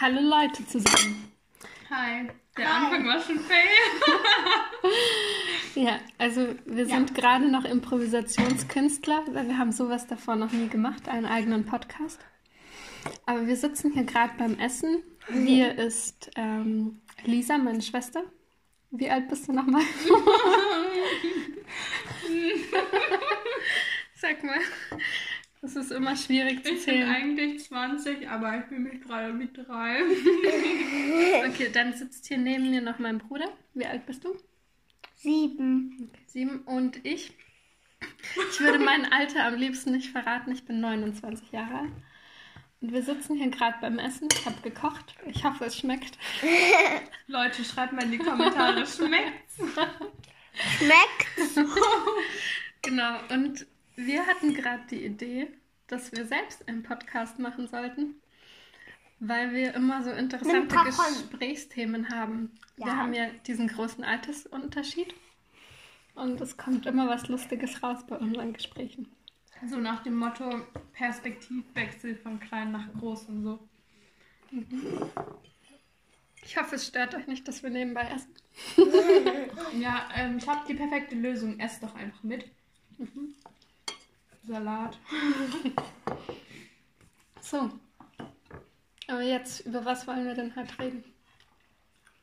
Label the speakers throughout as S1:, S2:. S1: Hallo Leute zusammen.
S2: Hi. Der Anfang war schon fail.
S1: Ja, also wir sind gerade noch Improvisationskünstler, weil wir haben sowas davor noch nie gemacht, einen eigenen Podcast. Aber wir sitzen hier gerade beim Essen. Hier ist ähm, Lisa, meine Schwester. Wie alt bist du nochmal? Sag mal. Das ist immer schwierig zu
S2: Ich bin
S1: zählen.
S2: eigentlich 20, aber ich fühle mich gerade wie drei.
S1: Okay, dann sitzt hier neben mir noch mein Bruder. Wie alt bist du?
S3: Sieben.
S1: Sieben und ich. Ich würde mein Alter am liebsten nicht verraten. Ich bin 29 Jahre alt. Und wir sitzen hier gerade beim Essen. Ich habe gekocht. Ich hoffe, es schmeckt.
S2: Leute, schreibt mal in die Kommentare, schmeckt's?
S3: Schmeckt.
S1: Genau. Und wir hatten gerade die Idee, dass wir selbst einen Podcast machen sollten, weil wir immer so
S3: Mit
S1: interessante
S3: ein paar Freunden.
S1: Gesprächsthemen haben. Wir
S3: Ja.
S1: haben ja diesen großen Altersunterschied. Und es kommt immer was Lustiges raus bei unseren Gesprächen.
S2: So nach dem Motto Perspektivwechsel von klein nach groß und so.
S1: Ich hoffe, es stört euch nicht, dass wir nebenbei essen.
S2: Ja, ähm, ich habe die perfekte Lösung. Ess doch einfach mit. Salat.
S1: So. Aber jetzt, über was wollen wir denn halt reden?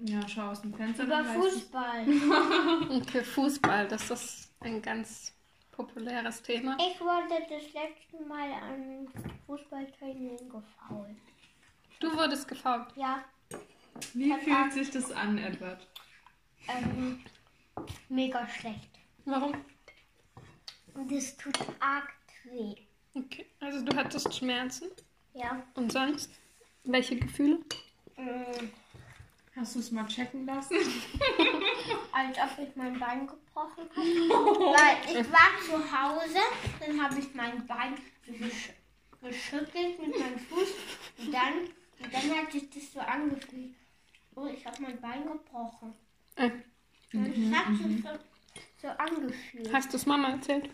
S2: Ja, schau aus dem Fenster.
S3: Über
S2: du weißt
S3: Fußball.
S1: Okay, Fußball, das ist ein ganz populäres Thema.
S3: Ich wurde das letzte Mal an Fußballtraining gefault.
S1: Du wurdest gefault.
S3: Ja,
S2: es. Wie fühlt sich das an, Edward?
S3: ähm, mega schlecht.
S1: Warum?
S3: Und es tut arg weh.
S1: Okay, also du hattest Schmerzen
S3: Ja.
S1: und sonst? Welche Gefühle?
S3: Mm,
S2: Hast du es mal checken lassen?
S3: als ob ich mein Bein gebrochen habe. Weil ich war zu Hause, dann habe ich mein Bein so gesch geschüttelt mit meinem Fuß und dann, und dann hat sich das so angefühlt. Oh, ich habe mein Bein gebrochen.
S1: Äh,
S3: Und es
S2: Mhm,
S3: hat sich so, so angefühlt.
S1: hast du es Mama erzählt?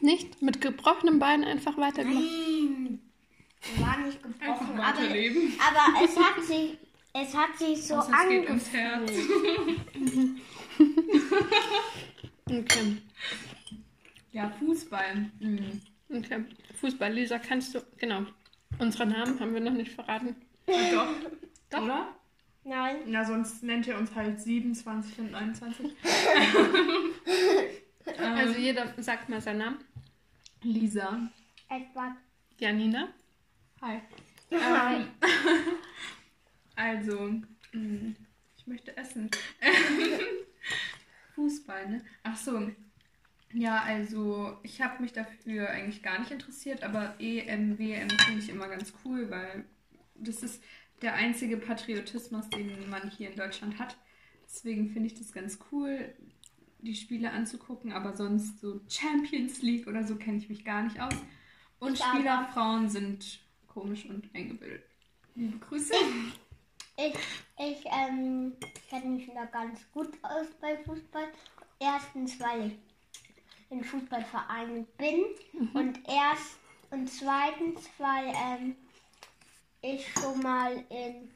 S1: Nicht? Mit gebrochenem Bein einfach weitergemacht?
S3: Nein, war nicht gebrochen,
S2: Einfach
S3: aber,
S2: weiterleben.
S3: aber es hat sich, es hat sich Also, so
S2: Also, es geht ums Herz.
S3: angefühlt.
S1: Okay.
S2: Ja, Fußball. Mhm.
S1: Okay. Fußball, Lisa, kannst du. Genau. Unsere Namen haben wir noch nicht verraten.
S2: Ja, Doch.
S1: Doch.
S2: Oder?
S3: Nein,
S2: Na, sonst nennt ihr uns halt 27 und 29. ähm,
S1: Also jeder sagt mal seinen Namen.
S2: Lisa.
S3: etwa.
S1: Janina.
S2: Hi.
S3: Hi.
S2: Ähm, also, mh, ich möchte essen. Fußball, ne? Ach so. Ja, also ich habe mich dafür eigentlich gar nicht interessiert, aber E EM, WM finde ich immer ganz cool, weil das ist der einzige Patriotismus, den man hier in Deutschland hat. Deswegen finde ich das ganz cool, die Spiele anzugucken, aber sonst so Champions League oder so kenne ich mich gar nicht aus. Und
S3: Ich aber.
S2: Spielerfrauen sind komisch und eingebildet. Liebe Grüße.
S3: Ich, ich ähm, kenne mich da ganz gut aus bei Fußball. Erstens, weil ich in Fußballvereinen bin.
S2: Mhm.
S3: Und erst und zweitens, weil ähm, ich schon mal in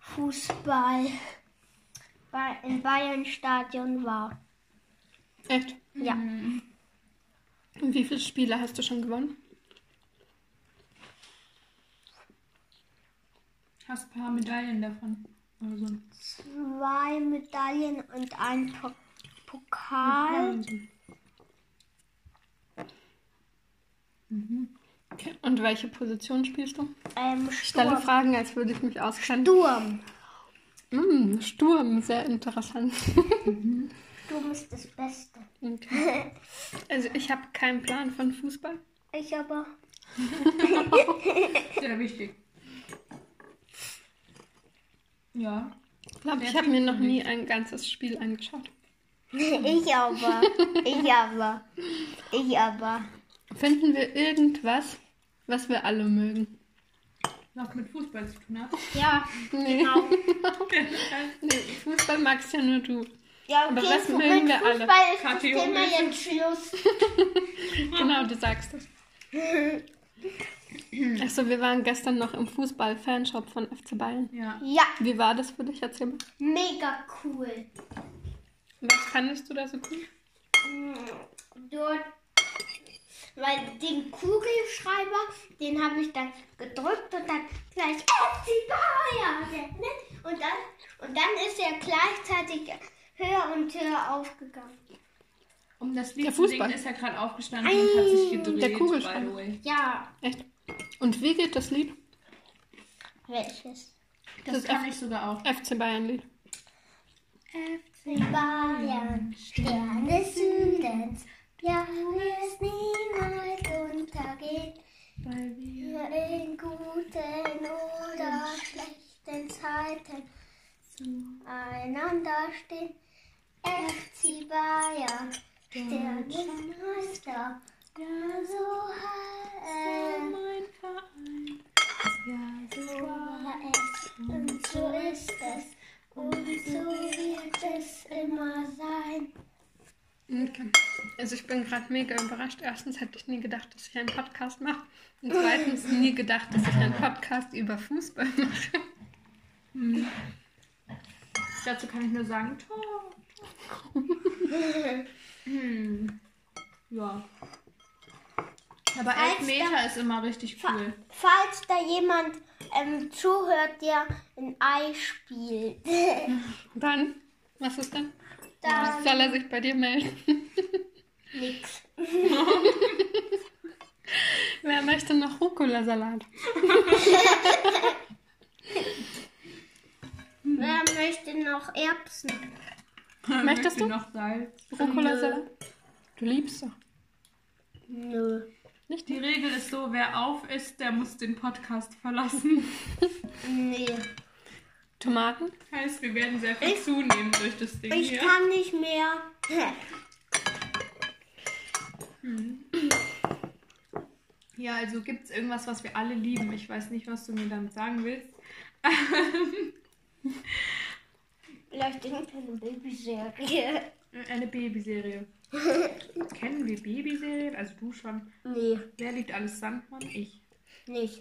S3: Fußball bei, im Bayern-Stadion war.
S1: Echt?
S2: Mhm.
S3: Ja.
S1: Und wie viele Spiele hast du schon gewonnen?
S2: Hast ein paar Medaillen davon. Oder so.
S3: Zwei Medaillen und ein Po- Pokal.
S1: Mhm. Okay. Und welche Position spielst du?
S3: Ähm,
S1: Ich stelle
S3: Sturm.
S1: Fragen, als würde ich mich auskennen.
S3: Sturm.
S1: Mm, Sturm, sehr interessant.
S3: Sturm ist das Beste.
S1: Okay. Also ich habe keinen Plan von Fußball.
S3: Ich aber.
S2: Sehr wichtig. Ja.
S1: Ich glaube, ich
S2: Wer
S1: habe mir
S2: tut
S1: noch nie ein ganzes Spiel angeschaut.
S3: Ich aber. Ich aber. Ich aber.
S1: Finden wir irgendwas, was wir alle mögen?
S2: Was mit Fußball zu tun ne? hat.
S3: Ja,
S1: Nee,
S3: genau.
S1: nee Fußball magst ja nur du.
S3: Ja,
S1: Aber
S3: okay,
S1: was
S3: Fu-
S1: mögen
S3: mit
S1: wir alle?
S3: Fußball ist das
S2: Kathi
S3: Thema
S2: Hummels.
S3: jetzt Schluss.
S1: Genau, du sagst es. Also wir waren gestern noch im Fußball-Fanshop von FC Bayern.
S2: Ja.
S3: Ja,
S1: Wie war das für dich? Erzähl mal.
S3: mega cool.
S1: Was fandest du da so cool?
S3: Dort, weil den Kugelschreiber, den habe ich dann gedrückt und dann gleich FC Bayern. ne? Und dann, und dann ist er gleichzeitig höher und höher aufgegangen.
S2: Um das Lied
S1: Der
S2: zu singen
S1: Fußball.
S2: ist er gerade aufgestanden und hat sich gedreht.
S1: Der Kugelschreiber.
S2: by the way.
S3: Ja,
S1: Echt? Und wie geht das Lied?
S3: welches?
S2: Das,
S1: Das
S2: kann ich sogar auch.
S1: FC Bayern-Lied.
S3: FC Bayern, Stern des Südens, ja, es niemals untergeht.
S2: Weil wir
S3: Wir in guten oder schlechten Zeiten zueinander stehen. FC Bayern, Stern ist Meister. Ja, so heißt
S2: mein Verein. Ja,
S3: so war es und so ist es und so wird es immer sein.
S1: Okay. Also ich bin gerade mega überrascht. Erstens hätte ich nie gedacht, dass ich einen Podcast mache. Und zweitens nie gedacht, dass ich einen Podcast über Fußball mache.
S2: Dazu kann ich nur sagen, Tor. Hm. Ja. Aber
S3: Falls
S2: Elfmeter ist immer richtig cool.
S3: Falls da jemand ähm, zuhört, der ein Ei spielt,
S1: Dann, was ist denn?
S3: dann
S1: Soll er sich bei dir melden?
S3: nix.
S1: Wer möchte noch Rucola-Salat?
S3: Wer möchte noch Erbsen?
S1: Möchtest du?
S2: noch Salz?
S1: Rucola-Salat? Du liebst doch.
S3: Nö.
S1: Nicht
S2: Die Regel ist so, wer auf ist, der muss den Podcast verlassen.
S3: Nee.
S1: Tomaten?
S2: Heißt, wir werden sehr viel zunehmen durch das Ding
S3: Ich
S2: hier.
S3: kann nicht mehr.
S2: Ja, also gibt es irgendwas, was wir alle lieben? Ich weiß nicht, was du mir damit sagen willst.
S3: Vielleicht irgendeine Babyserie.
S2: Eine Babyserie. Kennen wir Babyserien? Also du schon.
S3: Nee,
S2: Wer liebt alles Sandmann? Ich.
S3: nicht.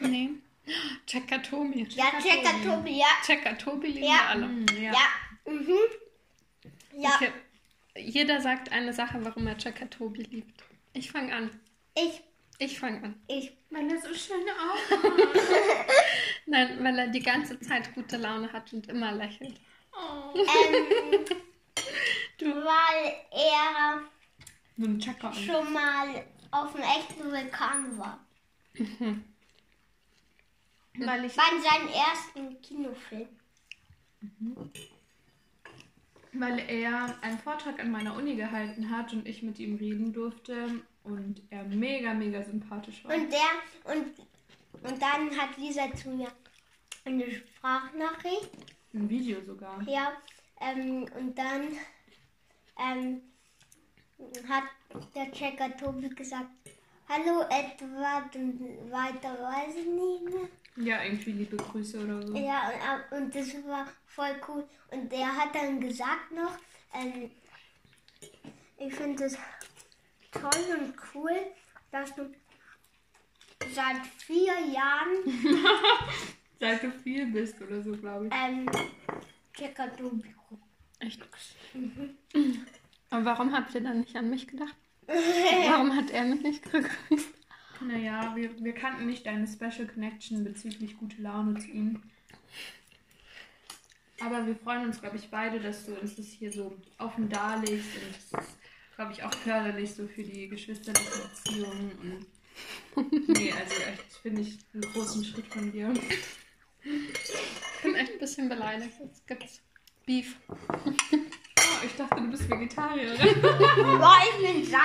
S1: Nee. Checker Tobi.
S3: Ja, Checker Tobi, ja.
S1: Checker Tobi lieben
S3: Ja.
S1: wir alle.
S2: Hm, ja.
S3: Ja. Mhm. Ja,
S1: Okay. Jeder sagt eine Sache, warum er Checker Tobi liebt. Ich fange an.
S3: ich,
S1: Ich fange an.
S3: ich.
S2: Weil er so schön aussieht.
S1: Nein, weil er die ganze Zeit gute Laune hat und immer lächelt.
S3: Ähm,
S1: Du.
S3: weil er
S2: So ein Checker.
S3: schon mal auf einem echten Vulkan war.
S2: Weil ich,
S3: War in seinem ersten Kinofilm.
S2: weil er einen Vortrag an meiner Uni gehalten hat und ich mit ihm reden durfte und er mega, mega sympathisch war.
S3: Und der, und, und dann hat Lisa zu mir eine Sprachnachricht
S2: Ein Video sogar.
S3: Ja, ähm, und dann ähm, hat der Checker Tobi gesagt, Hallo Edward und weiter weiß ich nicht mehr.
S2: Ja, irgendwie liebe Grüße oder so.
S3: Ja, und, ab- und das war voll cool. Und der hat dann gesagt noch, ähm, ich finde es toll und cool, dass du seit vier Jahren
S2: Seit du viel bist oder so, glaube ich.
S3: ähm, Checker Tobi guckst.
S1: Echt.
S3: Mhm.
S1: Aber warum habt ihr dann nicht an mich gedacht? Warum hat er mich nicht gegrüßt?
S2: Naja, wir, wir kannten nicht deine Special Connection bezüglich gute Laune zu ihm. Aber wir freuen uns, glaube ich, beide, dass du uns das hier so offen darlegst. Und das ist, glaube ich, auch förderlich so für die geschwisterliche Beziehung. Und nee, also echt, finde ich einen großen Schritt von dir.
S1: Ich bin echt ein bisschen beleidigt. Jetzt gibt's Beef.
S2: Oh, ich dachte, du bist Vegetarierin.
S3: Boah, ich bin satt.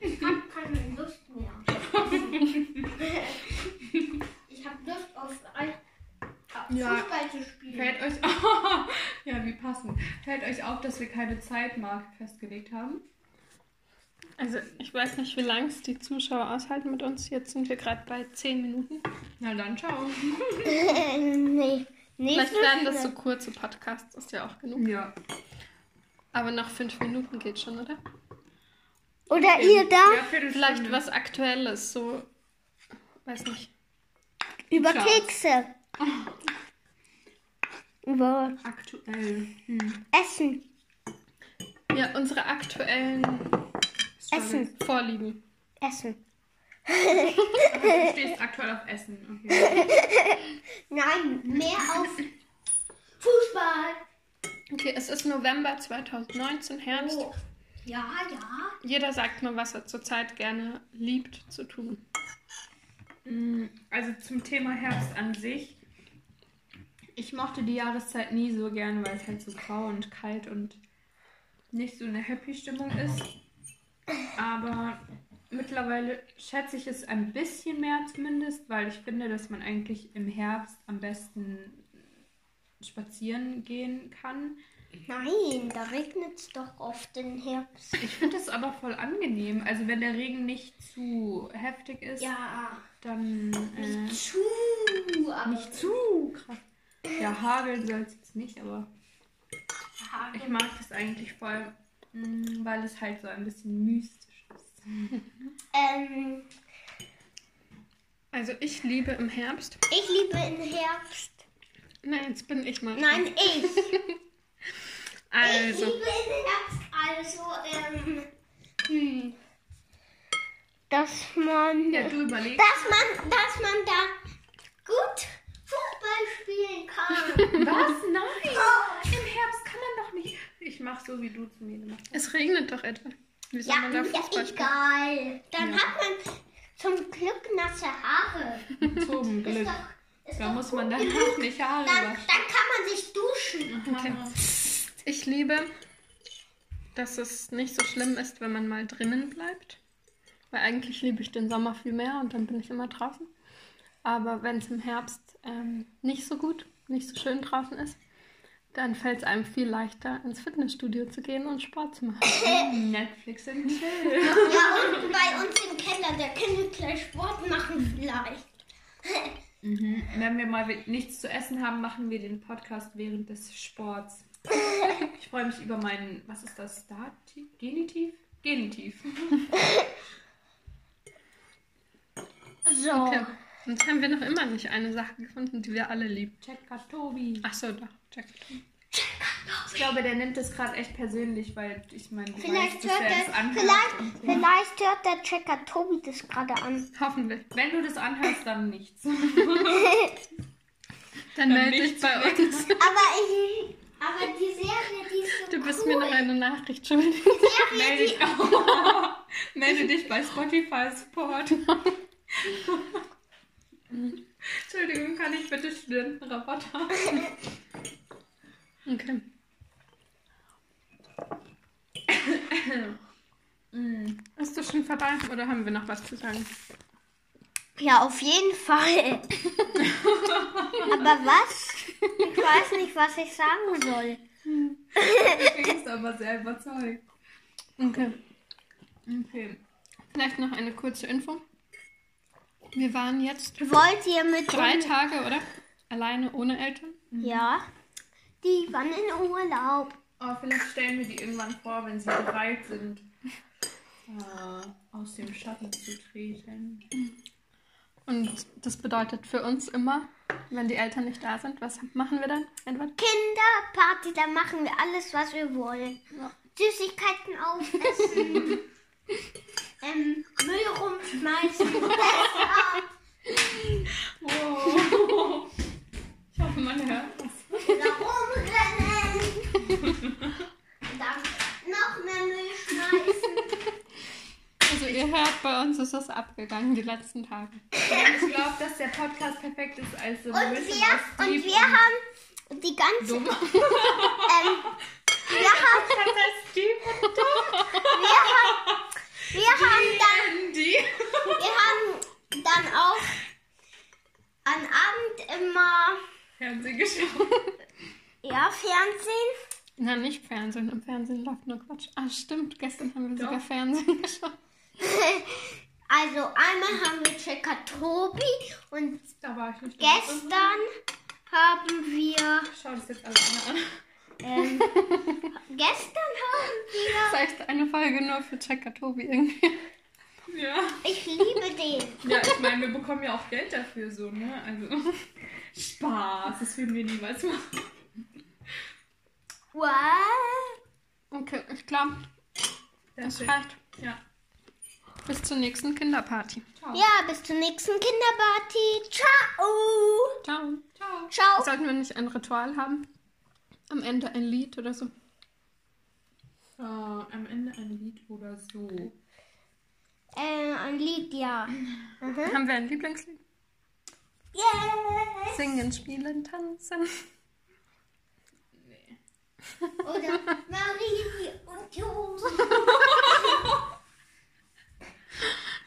S3: Ich hab keine Lust mehr. Ich hab Lust auf Ei- auf
S2: Ja.
S3: Fußball zu spielen.
S2: Fällt euch auf, ja, wie passend. Fällt euch auf, dass wir keine Zeitmarke festgelegt haben?
S1: Also ich weiß nicht, wie lange es die Zuschauer aushalten mit uns. Jetzt sind wir gerade bei 10 Minuten.
S2: Na dann, ciao.
S3: nee, nicht
S1: Vielleicht werden das so kurze Podcasts, ist ja auch genug.
S2: Ja.
S1: Aber nach fünf Minuten geht schon, oder?
S3: Oder ihr da
S2: Ja, Viertelstunde.
S1: Vielleicht was Aktuelles, so. Weiß nicht.
S3: über
S2: Schatz.
S3: Kekse. Über
S2: Aktuell.
S3: Essen.
S1: Ja, unsere aktuellen
S3: Essen.
S1: Vorlieben.
S3: Essen.
S2: Du stehst aktuell auf Essen. Okay.
S3: Nein, mehr auf Fußball.
S1: Okay, es ist November 2019, Herbst.
S3: Oh. Ja, ja.
S1: Jeder sagt mal, was er zurzeit gerne liebt zu tun.
S2: Also zum Thema Herbst an sich. Ich mochte die Jahreszeit nie so gern, weil es halt so grau und kalt und nicht so eine happy Stimmung ist. Aber mittlerweile schätze ich es ein bisschen mehr zumindest, weil ich finde, dass man eigentlich im Herbst am besten spazieren gehen kann.
S3: Nein, da regnet es doch oft im Herbst.
S2: Ich finde es aber voll angenehm. Also wenn der Regen nicht zu heftig ist,
S3: Ja.
S2: dann äh,
S3: Zu, aber
S2: Nicht zu krass. Ja, hageln soll es jetzt nicht, aber ich mag das eigentlich voll, mm, weil es halt so ein bisschen mystisch ist.
S3: Ähm,
S1: Also ich liebe im Herbst.
S3: ich liebe im Herbst.
S1: Nein, jetzt bin ich mal.
S3: Nein, ich. Ich
S1: Also,
S3: liebe Herbst, also, ähm, hm, dass man,
S2: Ja, du überlegst.
S3: dass man, dass man da gut Fußball spielen kann. Oh,
S2: Was? Nein! Im Herbst kann man doch nicht. Ich mach so, wie du zu mir gemacht hast.
S1: es regnet doch etwa. Wie soll
S3: ja,
S1: man da
S3: ja,
S1: Fußball spielen?
S3: egal. Dann
S2: Ja.
S3: hat man zum Glück nasse Haare.
S2: Zum
S3: Ist
S2: Glück.
S3: doch, ist
S2: Da
S3: doch
S2: muss
S3: gut
S2: man dann
S3: genug.
S2: auch nicht Haare
S3: Dann, dann
S2: waschen.
S3: kann man sich duschen.
S1: Okay. Ah. Ich liebe, dass es nicht so schlimm ist, wenn man mal drinnen bleibt. Weil eigentlich liebe ich den Sommer viel mehr und dann bin ich immer draußen. Aber wenn es im Herbst ähm, nicht so gut, nicht so schön draußen ist, dann fällt es einem viel leichter, ins Fitnessstudio zu gehen und Sport zu machen.
S2: Netflix and chill.
S3: Ja, unten bei uns im Keller, da können wir gleich Sport machen vielleicht.
S2: Wenn wir mal nichts zu essen haben, machen wir den Podcast während des Sports. Ich freue mich über meinen, was ist das? Dativ? Genitiv? Genitiv.
S3: So.
S1: Okay. Sonst haben wir noch immer nicht eine Sache gefunden, die wir alle lieben.
S2: Checker Tobi.
S1: Ach so, doch. Check.
S2: Ich glaube, der nimmt es gerade echt persönlich, weil ich meine, du
S3: Vielleicht
S2: weißt, dass
S3: hört,
S2: der das
S3: der,
S2: anhört.
S3: vielleicht, vielleicht hört der Checker Tobi das gerade an.
S1: Hoffen wir.
S2: Wenn du das anhörst, dann nichts.
S1: Dann melde dich
S2: nicht
S1: bei uns.
S3: Aber ich. Aber die Serie, die ist so
S1: Du bist
S3: cool.
S1: mir noch eine Nachricht schuldig.
S2: Melde dich, Melde dich bei Spotify Support. Entschuldigung, kann ich bitte Studentenrabatt haben?
S1: Okay. Ist das schon vorbei oder haben wir noch was zu sagen?
S3: Ja, auf jeden Fall. aber was? Ich weiß nicht, was ich sagen soll.
S2: Du klingst aber sehr überzeugt.
S1: Okay.
S2: Okay.
S1: Vielleicht noch eine kurze Info. Wir waren jetzt
S3: Wollt ihr mit.
S1: drei
S3: uns-
S1: Tage, oder? Alleine ohne Eltern.
S3: Ja. Die waren in Urlaub.
S2: Oh, vielleicht stellen wir die irgendwann vor, wenn sie bereit sind, äh, aus dem Schatten zu treten.
S1: Und das bedeutet für uns immer, wenn die Eltern nicht da sind, was machen wir dann, Edward?
S3: Kinderparty, da machen wir alles, was wir wollen.
S1: Ja.
S3: Süßigkeiten aufessen. ähm, Müll rumschmeißen. Besser. Oh.
S2: Wow. Ich hoffe, man hört das.
S3: Da rumrennen. Dann noch mehr Müll schmeißen.
S1: Also ihr hört, bei uns ist das abgegangen die letzten Tage.
S2: Ich glaube, dass der Podcast perfekt ist also als so ein
S3: Und
S2: bisschen
S3: wir,
S2: was
S3: und
S2: Deep
S3: wir haben die ganze.
S2: dumm.
S3: Ähm, wir haben,
S2: Podcast als Deep
S3: wir haben, wir haben dann.
S2: und Deep.
S3: Wir haben dann auch am Abend immer
S2: Fernsehen geschaut.
S3: ja, Fernsehen.
S1: Na, nicht Fernsehen. Im Fernsehen läuft nur Quatsch. Ah, stimmt. Gestern haben wir
S2: Doch.
S1: sogar Fernsehen geschaut.
S3: Also einmal haben wir Checker Tobi und
S2: Da war ich nicht.
S3: gestern haben wir
S2: Schau das jetzt alle an.
S3: Ähm, gestern haben wir.
S1: Das heißt, eine Folge nur für Checker Tobi irgendwie.
S2: Ja.
S3: Ich liebe den.
S2: Ja, ich meine, wir bekommen ja auch Geld dafür, so, ne? Also, Spaß, das würden wir niemals machen.
S3: Wow.
S1: Okay, ich glaube, das
S2: Danke.
S1: reicht.
S2: Ja,
S1: Bis zur nächsten Kinderparty.
S2: ciao.
S3: Ja, bis zur nächsten Kinderparty. Ciao.
S1: Ciao.
S2: Ciao.
S3: Ciao.
S1: Sollten wir nicht ein Ritual haben? Am Ende ein Lied oder so?
S2: Äh, am Ende ein Lied oder so.
S3: Äh, ein Lied, ja.
S1: Haben wir ein Lieblingslied?
S3: Yeah.
S1: Singen, spielen, tanzen.
S2: Nee.
S3: Oder Marie und Josef.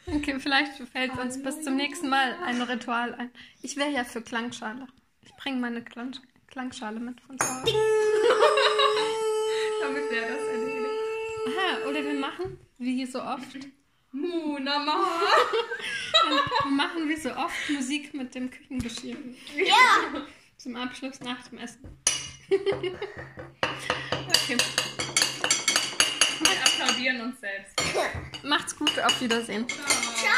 S1: Okay, vielleicht fällt uns bis zum nächsten Mal ein Ritual ein. Ich wäre ja für Klangschale. Ich bringe meine Klang Klangschale mit von zu Hause.
S2: Damit wäre das erledigt.
S1: Aha, oder wir machen, wie so oft,
S2: Mona, Mama.
S1: wir machen wie so oft Musik mit dem Küchengeschirr.
S3: Ja.
S1: Zum Abschluss nach dem Essen. okay,
S2: Wir applaudieren uns selbst.
S1: macht's gut, auf Wiedersehen.
S2: Ciao.
S3: Ciao.